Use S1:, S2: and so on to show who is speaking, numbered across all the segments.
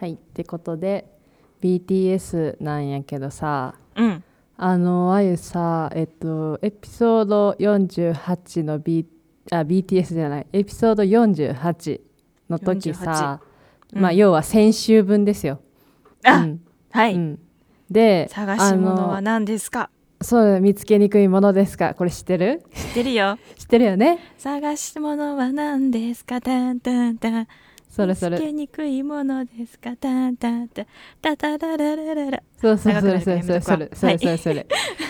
S1: はいってことで BTS なんやけどさ
S2: うん
S1: あのあゆさえっとエピソード48の、B、あ BTS じゃないエピソード48の時さ
S2: 48
S1: まあ
S2: うん
S1: 要は先週分ですよ。
S2: あ、
S1: うん
S2: は
S1: う
S2: い、
S1: んで
S2: 探し物
S1: あ
S2: は
S1: の
S2: 何ですか
S1: そう見つけにくいものですかこれ知ってる
S2: 知ってるよ
S1: 知ってるよね
S2: 探し物は何ですかタンタンタン
S1: それそれ
S2: 見つけにくいものですかタンタンタンタタラララララ
S1: そうそうそ
S2: 長
S1: れ
S2: く
S1: そ
S2: な
S1: れ
S2: る
S1: それそれそ
S2: から
S1: れ
S2: や
S1: それそれ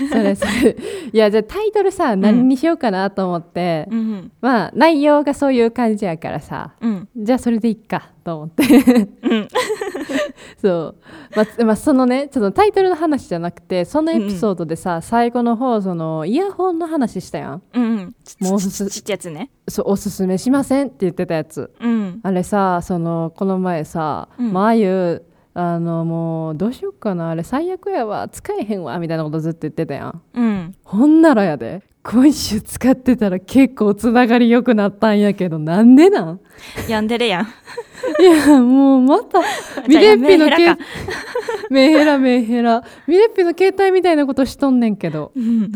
S1: それそれいやじゃあタイトルさ何にしようかなと思って、
S2: うん
S1: まあ内容がそういう感じやからさ
S2: うん
S1: じゃあそれでいっかと思って
S2: うん
S1: そう、まあつまあ、そのねちょっとタイトルの話じゃなくてそのエピソードでさ、最後の方そのイヤホンの話したやん
S2: うんうんち
S1: もう
S2: ち
S1: す
S2: ちちっちゃいやつね
S1: そうおすすめしませんって言ってたやつ
S2: うん
S1: あれさそのこの前さ、
S2: うん
S1: まああゆあのもうどうしよっかなあれ最悪やわ使えへんわみたいなことずっと言ってたやん
S2: うん
S1: ほんならやで今週使ってたら結構つながり良くなったんやけどなんで なん
S2: やんでるやん
S1: いやもうまたミレッピの
S2: じゃあメン ヘラか
S1: メンヘラメンヘラミレッピの携帯みたいなことしとんねんけど
S2: うん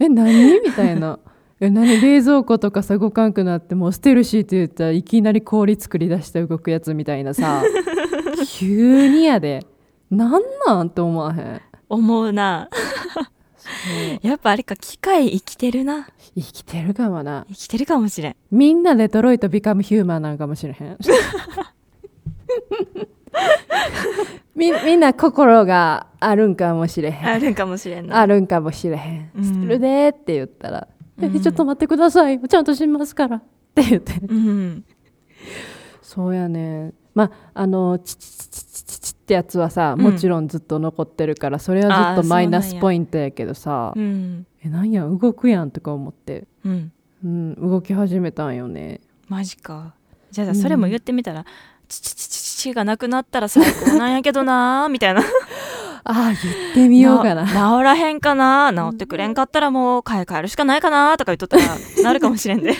S1: え何みたいなえ何冷蔵庫とかさ動かんくなってもう捨てるしって言ったらいきなり氷作り出して動くやつみたいな さ急にやでなんなんと思わへん
S2: 思うな
S1: そう
S2: やっぱあれか機械生きてるな
S1: 生きてるかもな
S2: 生きてるかもしれん
S1: みんなデトロイトビカムヒューマンなんかもしれへんみみんな心があるんかもしれへん
S2: あるんかもしれんな
S1: あるんかもしれへん
S2: う
S1: 「
S2: ん
S1: 捨てるで」って言ったら「
S2: うん
S1: えちょっと待ってくださいちゃんとしますから」って言って
S2: うん
S1: そうやねまああのチチチチチチチってやつはさ
S2: うん
S1: もちろんずっと残ってるから、それはずっ
S2: あー
S1: とマイナ
S2: そうなん
S1: ス
S2: や
S1: ポイントやけどさ
S2: う
S1: 「
S2: ん
S1: えなんや動くやん」とか思って、
S2: うん
S1: うん、動き始めたんよね
S2: マジかじゃあさ
S1: うん
S2: それも言ってみたら、ちちちちちがなくなったら最高 なんやけどなーみたいな
S1: あー言ってみようかな
S2: 治らへんかなー治ってくれんかったらもう買い替えるしかないかなーとか言っとった らなるかもしれんで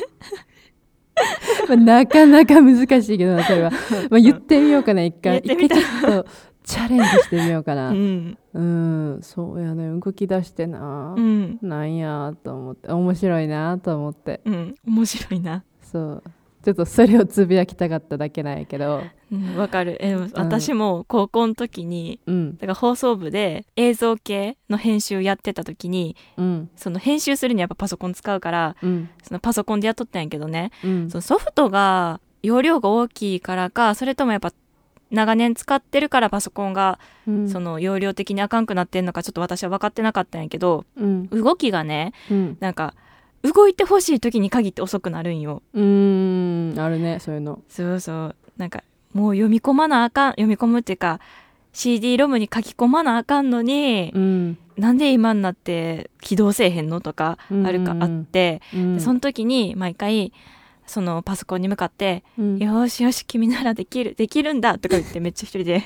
S1: まあなかなか難しいけどなそ れは、まあ、言ってみようかな一回
S2: 言ってみた
S1: 一回ち ょっとチャレンジしてみようか
S2: う
S1: な、
S2: ん
S1: うんそうやね動き出してな
S2: う、ん
S1: なんやと思って面白いなと思って
S2: うん面白いな
S1: そうちょっとそれをつぶやきたかっただけなんやけど
S2: うんわかるえ私も高校の時に
S1: うん
S2: だから放送部で映像系の編集やってた時に
S1: うん
S2: その編集するにはやっぱパソコン使うから
S1: うん
S2: そのパソコンでやっとったんやけどね
S1: うん
S2: そのソフトが容量が大きいからかそれともやっぱ長年使ってるからパソコンが
S1: うん
S2: その容量的にあかんくなってんのかちょっと私は分かってなかったんやけど
S1: うん
S2: 動きがね
S1: うん
S2: なんか動いてほしい時に限って遅くなるんよ
S1: うーんあるねそういうの
S2: そうそうなんかもう読み込まなあかん読み込むっていうか CD ロムに書き込まなあかんのに
S1: う、ん
S2: なんで今になって起動せえへんのとかあるか
S1: うん
S2: あって、
S1: うん
S2: でその時に毎回そのパソコンに向かって
S1: うん
S2: よーしよし君ならできるできるんだとか言ってめっちゃ一人 で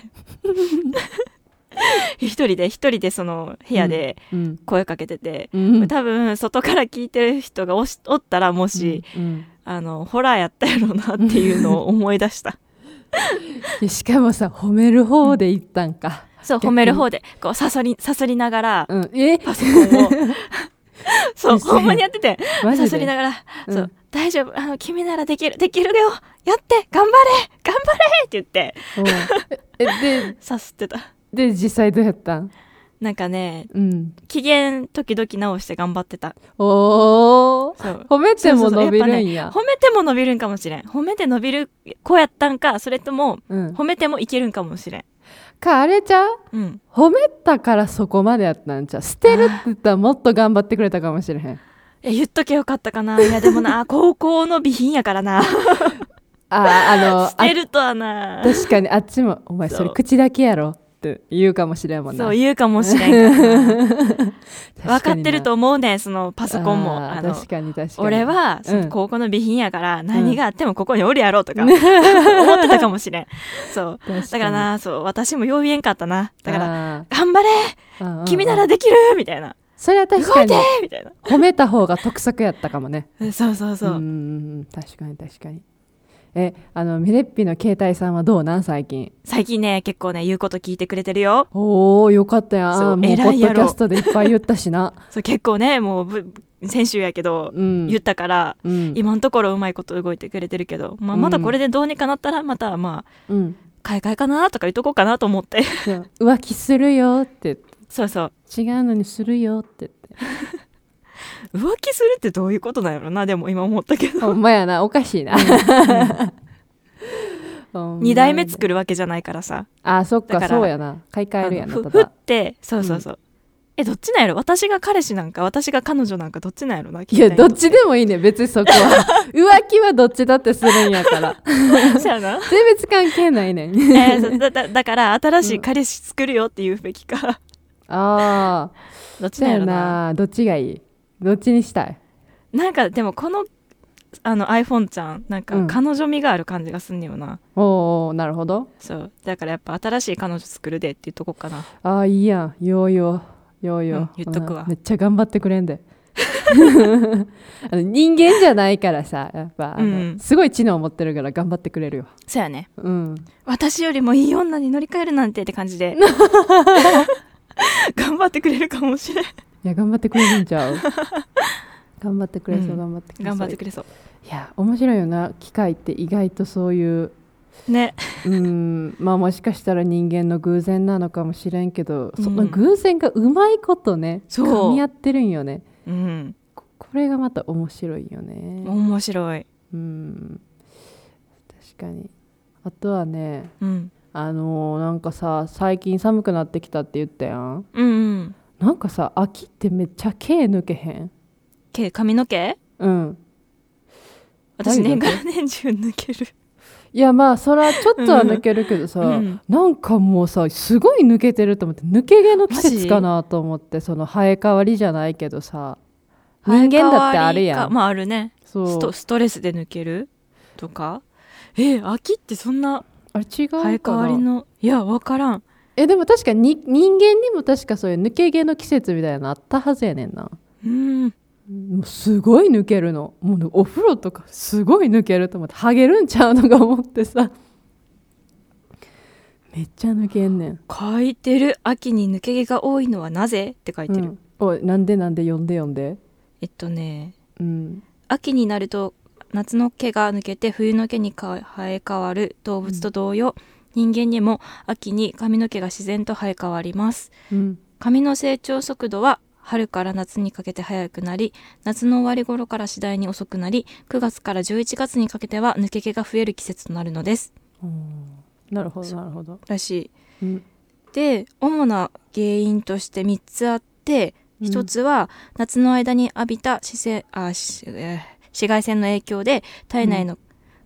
S2: 一人で一人でその部屋で
S1: うん
S2: 声かけてて、
S1: うん
S2: 多分外から聞いてる人がおしおったらもし、
S1: うん
S2: あのホラーやったやろうなっていうのを思い出した
S1: でしかもさ褒める方で行ったんか
S2: そう
S1: 逆に
S2: 褒める方でこうさそりさそりながら
S1: うんえ
S2: パソコ ンをそう
S1: 嘘
S2: ほんまにやってて
S1: マ
S2: さ
S1: ジ
S2: そりな
S1: で
S2: がら、
S1: うん
S2: そう大丈夫あの君ならできるできるよやって頑張れ頑張れって言って
S1: うんえで
S2: さすってた
S1: で実際どうやったん
S2: なんかね
S1: うん
S2: 機嫌時々直して頑張ってた。
S1: おー
S2: そ う
S1: 褒めても
S2: そうそうそう
S1: 伸びるん
S2: や
S1: や
S2: っぱね、褒めても伸びるんかもしれん。褒めて伸びる子やったんか、それとも
S1: うん
S2: 褒めてもいけるんかもしれん。
S1: かあれちゃう
S2: うん。
S1: 褒めたからそこまでやったんちゃう捨てるって言ったらもっと頑張ってくれたかもしれへん
S2: え、言っとけよかったかな。いや、でも な、高校の備品やからな。
S1: ああ
S2: 捨て
S1: の
S2: るとはな
S1: あ。確かにあっちも「お前
S2: そう
S1: それ口だけやろ」って言うかもしれんもんな
S2: そう言うかもしれんからな分
S1: 確
S2: か
S1: に
S2: っ
S1: な
S2: てると思うねん、そのパソコンも。
S1: あー
S2: あの、
S1: 確かに確かに
S2: 俺は、その
S1: うん
S2: 高校の備品やから、何があってもここにおるやろとか、思ってたかもしれん。そう。
S1: 確に
S2: だからな、そう、私も曜日えんかったな。だから、
S1: ら
S2: 頑張れ君ならできるみたいな。
S1: それは確かに
S2: 動いてみたいな。
S1: 褒めた方が得策やったかもね
S2: そうそうそうう。
S1: んうんうん確かに確かにえあのミレッピの携帯さんはどうなん最近
S2: 最近ね、結構ね、言うこと聞いてくれてるよ。
S1: おーよかったやん
S2: そう
S1: あーもうポ
S2: 偉い
S1: ッ
S2: や
S1: ド
S2: ろ
S1: キャストでいっぱい言ったし な
S2: そう結構ね、もうぶ、先週やけど、
S1: うん
S2: 言ったから、
S1: うん
S2: 今のところうまいこと動いてくれてるけど、まあ、まだこれでどうにかなったら、また、まあ、
S1: うん
S2: 買い替えかなとか言っとこうかなと 思って。
S1: そう浮気するよって
S2: そうそう。
S1: 違うのにするよって 言っ
S2: 浮気するってどういうことなんやろな、でも今思ったけ
S1: て
S2: ど。
S1: ほんまやなおかしいな
S2: 二代目
S1: る
S2: 作るわけじゃないからさ。
S1: あそっ
S2: だ
S1: か
S2: から
S1: そうやな買い替えるや
S2: あ
S1: な
S2: の
S1: た
S2: ふ ふっ
S1: だ
S2: て、そうそうそう。え、どっちなんやろ私が彼氏なんか、私が彼女なんか、どっちなんやろな。
S1: いやどっ
S2: ち
S1: ちでもいいね別にそこ は浮気はどっちだってするんやから
S2: そうやな。
S1: 性別関係ないねん
S2: え ーそうだだだから新しい彼氏作るよって言うべき か、
S1: ああ
S2: どっち
S1: そう
S2: なんや
S1: や
S2: ろな
S1: などっちがいいどっちにしたい
S2: なんかでもこのあの iPhone ちゃんなん
S1: う
S2: か
S1: ん
S2: 彼女味がある感じがすんねよな、
S1: おおなるほど
S2: そうだからやっぱ新しい彼女作るでっていうとこかな
S1: ああいいやんようようようよ、
S2: うん言っとくわ
S1: うんめっちゃ頑張ってくれんで あの人間じゃないからさやっぱあの
S2: うん
S1: すごい知能を持ってるから頑張ってくれるよ
S2: そうやね
S1: うん
S2: 私よりもいい女に乗り換えるなんてって感 じで 頑張ってくれるかもしれん
S1: いや頑張ってくれるんちゃ う頑張ってくれそう、
S2: うん
S1: 頑張ってくれそう
S2: 頑張ってくれそ
S1: いや面白いよな機械って意外とそういう
S2: うね
S1: うーんまあもしかしたら人間の偶然なのかもしれんけどその
S2: うん
S1: 偶然がうまいことね、
S2: そう
S1: 噛み合ってるんよね
S2: うん
S1: ここれがまた面白いよね
S2: 面白い
S1: うん確かにあとはね
S2: うん
S1: あのーなんかさ最近寒くなってきたって言ったやん
S2: うんうん
S1: なんかさ秋ってめっちゃ毛抜けへん
S2: 毛髪の毛
S1: うん
S2: 私
S1: 何
S2: 年
S1: だ
S2: が
S1: っけ
S2: ら年中抜ける
S1: いやまあそれはちょっとは抜けるけどさ、
S2: うん
S1: なんかもうさすごい抜けてると思って抜け毛の季節かなと思ってその生え変わりじゃないけどさ人間だってある
S2: 生え変わり
S1: や
S2: か
S1: ん、
S2: まああるね
S1: そ
S2: ス
S1: う
S2: トストレスで抜けるとかえ秋ってそんな
S1: あれ違う
S2: 生え変
S1: か
S2: わり
S1: な
S2: のいやわからん
S1: えでも確かに人間にも確かそういう抜け毛の季節みたいなのあったはずやねんな
S2: うん
S1: もうすごい抜けるのもうお風呂とかすごい抜けると思ってハゲるんちゃうのか思ってさめっちゃ抜けんねん
S2: 書いてる秋に抜け毛が多いのはなぜって書いてる、
S1: うんおいなんでなんで呼んで呼んで
S2: えっとね
S1: うん
S2: 秋になると夏の毛が抜けて冬の毛にか生え変わる動物と同様、人間にも秋に髪の毛が自然と生え変わります
S1: うん
S2: 髪の成長速度は春から夏にかけて早くなり夏の終わり頃から次第に遅くなり9月から11月にかけては抜け毛が増える季節となるのです
S1: なるほどなるほど、
S2: らしい
S1: うん
S2: で主な原因として3つあって
S1: うん
S2: 1つは夏の間に浴びた紫せあしえー紫外線の影響で体内の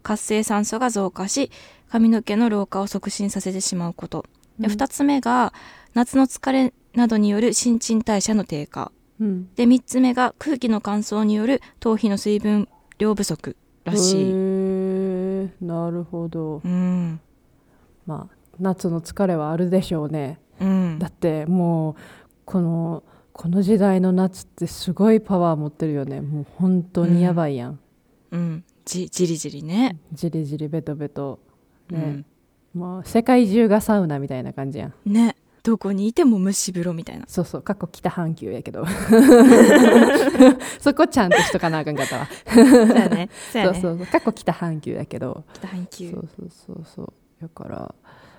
S2: 活性酸素が増加し髪の毛の老化を促進させてしまうことで
S1: うん
S2: 2つ目が夏の疲れなどによる新陳代謝の低下
S1: うん、
S2: で3つ目が空気の乾燥による頭皮の水分量不足ら
S1: へ
S2: しい。
S1: ーなるほど
S2: うん
S1: まあ夏の疲れはあるでしょうね
S2: うん
S1: だってもうこのこの時代の夏ってすごいパワー持ってるよねもう本当にやばいやん、
S2: うん、じじりじりね。
S1: じりじりベトベト
S2: う
S1: ね
S2: ん、
S1: もう世界中がサウナみたいな感じやん
S2: ねどこにいても蒸し風呂みた いな
S1: そうそう過去北半球やけど そこちゃんとしとかなあかんかったわ、
S2: そうやねそう
S1: そ
S2: や
S1: う
S2: ね
S1: そうそう過去北半球やけど
S2: 北半球
S1: そううそうそうそうだから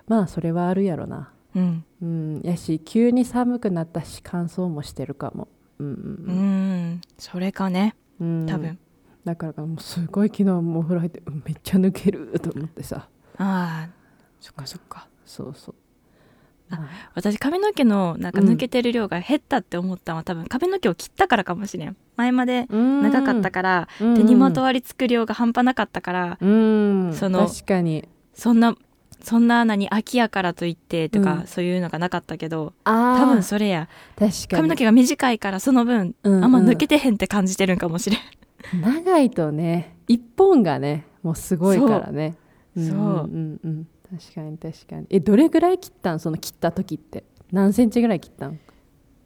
S1: まあそれはあるやろなんうんやし急に寒くなったし乾燥もしてるかもうん
S2: うーんそれかね
S1: うんうん
S2: 多分、
S1: だからかもうすごい昨日もお風呂入ってうんめっちゃ抜けると思ってさ
S2: ああそっかそっか
S1: そうそう
S2: あ
S1: ま
S2: 私髪の毛のなんか抜けてる量が減ったって思ったのは、多分髪の毛を切ったからかもしれん前まで長かったから、
S1: ら
S2: 手にまとわりつく量が半端なかったから、
S1: うん
S2: その
S1: 確かに
S2: そんなそんな何秋やからといってとか、
S1: うん
S2: そういうのがなかったけど
S1: あ
S2: 多分それや
S1: 確かに
S2: 髪の毛が短いからその分、
S1: うん
S2: あんま抜けてへんって感じてるんかもしれん
S1: 長いとね一本がねもうすごいからね
S2: そうんそうん
S1: うん確かに確かにえどれぐらい切ったんその切った時って何センチぐらい切ったん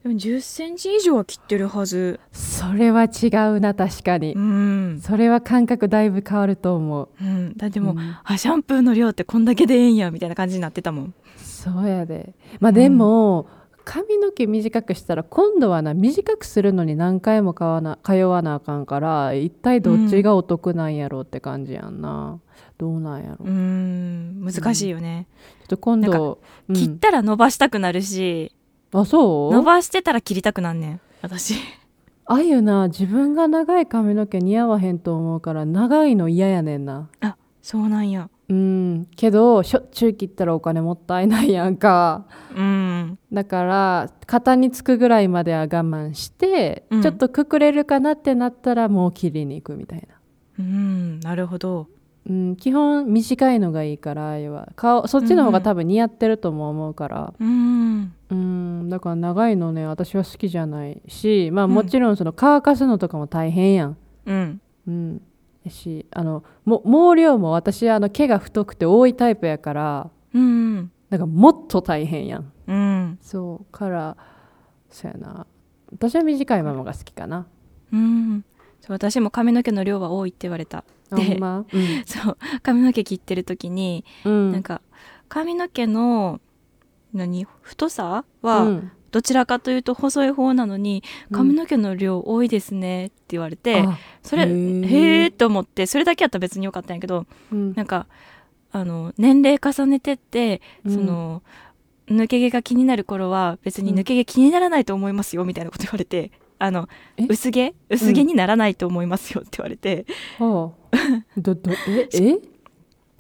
S2: でも10センチ以上は切ってるはず。
S1: それは違うな確かに、
S2: うん。
S1: それは感覚だいぶ変わると思う
S2: うん。だって
S1: で
S2: もう、あ、シャンプーの量ってこんだけでええんや、みたいな感じになってたもん。
S1: そうやでまあでも、髪の毛短くしたら今度はな短くするのに何回も買わな通わなあかんから一体どっちがお得なんやろうって感じやんな、どうなんやろう、
S2: う
S1: ちょ
S2: ん。難しいよね。
S1: っと今度、うん
S2: 切ったら伸ばしたくなるし、
S1: あそう
S2: 伸ばしてたら切りたくなんねん。私。
S1: あゆな自分が長い髪の毛似合わへんと思うから長いの嫌やねんな
S2: あ、そうなんや。
S1: うんけどしょっちゅう切ったらお金もったいないやんか
S2: うん。
S1: だから肩につくぐらいまでは我慢して、
S2: うん
S1: ちょっとくくれるかなってなったらもう切りに行くみたいな、
S2: うん。なるほど。
S1: うん、基本短いのがいいからああゆは顔そっちの方が多分似合ってるとも思うから、
S2: うん。
S1: うん、だから長いのね私は好きじゃないしまあ
S2: うん
S1: もちろんその乾かすのとかも大変やん
S2: うん。
S1: うん、やしあのも毛量も私あの毛が太くて多いタイプやから
S2: うん。
S1: なんかもっと大変やん
S2: うん。
S1: そうからそうやな私は短いままが好きかな
S2: うん。そう私も髪の毛の量は多いって言われた。
S1: あ
S2: で
S1: ほんま
S2: そう髪の毛切ってる時に、
S1: うん
S2: なん
S1: か
S2: か髪の毛の何太さは、
S1: うん、
S2: どちらかというと細い方なのに髪の毛の量多いですねって言われて、
S1: あ
S2: それ
S1: へ
S2: へ
S1: ー
S2: ーって思ってそれだけやったら別によかったんやけど
S1: うん
S2: なんかあの年齢重ねてって、
S1: うん
S2: その抜け毛が気になる頃は別に抜け毛気にならないと思いますよみたいなこと言われて。あの
S1: え
S2: 薄毛薄毛にならないと思いますよって言われて、
S1: ほうどどええ
S2: え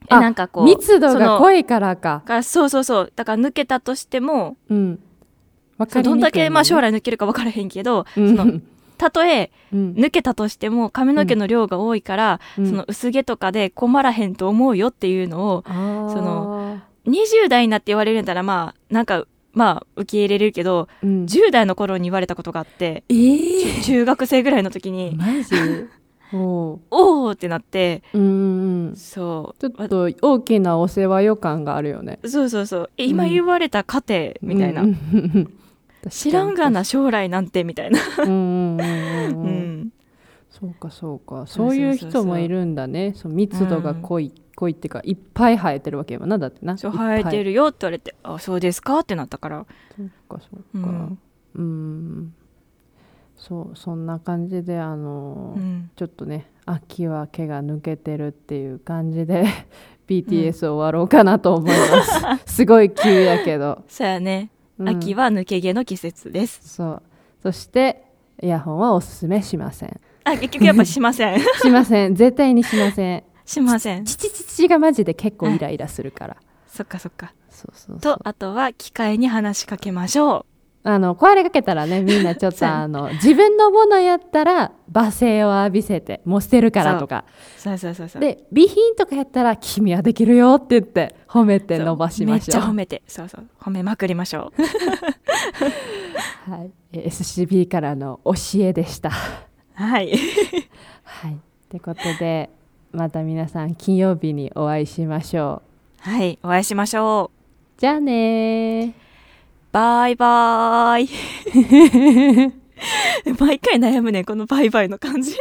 S1: あ
S2: なんかこう
S1: 密度
S2: そ
S1: が
S2: の
S1: 濃いからか
S2: がそうそうそうだから抜けたとしても
S1: うんわか
S2: そう
S1: り
S2: どんだけまあ将
S1: 来
S2: 来抜けるか分からへんけど
S1: そ
S2: そのたとえ
S1: うん、
S2: 抜けたとしても髪の毛の量が多いから、
S1: うん
S2: その薄毛とかで困らへんと思うよっていうのを
S1: あー
S2: そ20代になって言われるんだらまあなんかまあ受け入れれるけど
S1: うん、
S2: 10代の頃に言われたことがあって
S1: ええ
S2: 中学生ぐらいの時に
S1: マ ジおう
S2: おおってなって
S1: うんうんうん
S2: そ
S1: ちょっと大きなお世話予感があるよね。
S2: うそうそうそうえ今言われた過程みたいな、
S1: うん うんうん
S2: 知らんがな。将来なんてみたいな、
S1: うんうんうんうん
S2: う
S1: うん
S2: ん、
S1: そうかそうか。
S2: そうそうそう
S1: そういう人もいるんだね。そう密度が濃い、濃いっていうかいっぱい生えてるわけやもんなだってな。
S2: そう
S1: っぱ
S2: 生
S1: い
S2: えて。るよって言われてあそうですかってなったから
S1: そうかそうか。う
S2: うんん、
S1: そうそんな感じであのー
S2: うん
S1: ちょっとね秋は毛が抜けてるっていう感じで BTS 終わろうかなと思います。 すごい急やけど。
S2: そうやね
S1: うん
S2: 秋は抜け毛の季節です。
S1: そうそしてイヤホンはおすすめしません
S2: あ、結局やっぱしません。
S1: しませ ん絶対にしません
S2: しません。
S1: チチチチがマジで結構イライラするから、
S2: そっかそっか。
S1: そうそうそう
S2: と、あとは機械に話しかけましょ
S1: あの壊れかけたらねみんなちょっ
S2: そ
S1: と
S2: うやね
S1: あの自分のものやったら罵声を浴びせてもう捨てるからとか
S2: う。そうそうそうそう。
S1: で備品とかやったら君はできるよって言って褒めて
S2: そう
S1: 伸ばしましょ
S2: めっちゃ褒
S1: う
S2: めて。そうそう。褒めまくりまし ょう。
S1: はい、えー SCB からの教えでした
S2: はい。
S1: はいってことでまた皆さん金曜日にお会いしましょ
S2: はい。お会いしましょう。
S1: うじゃあねー
S2: バイ バーイ。毎回悩むね、このバイバイの感じ。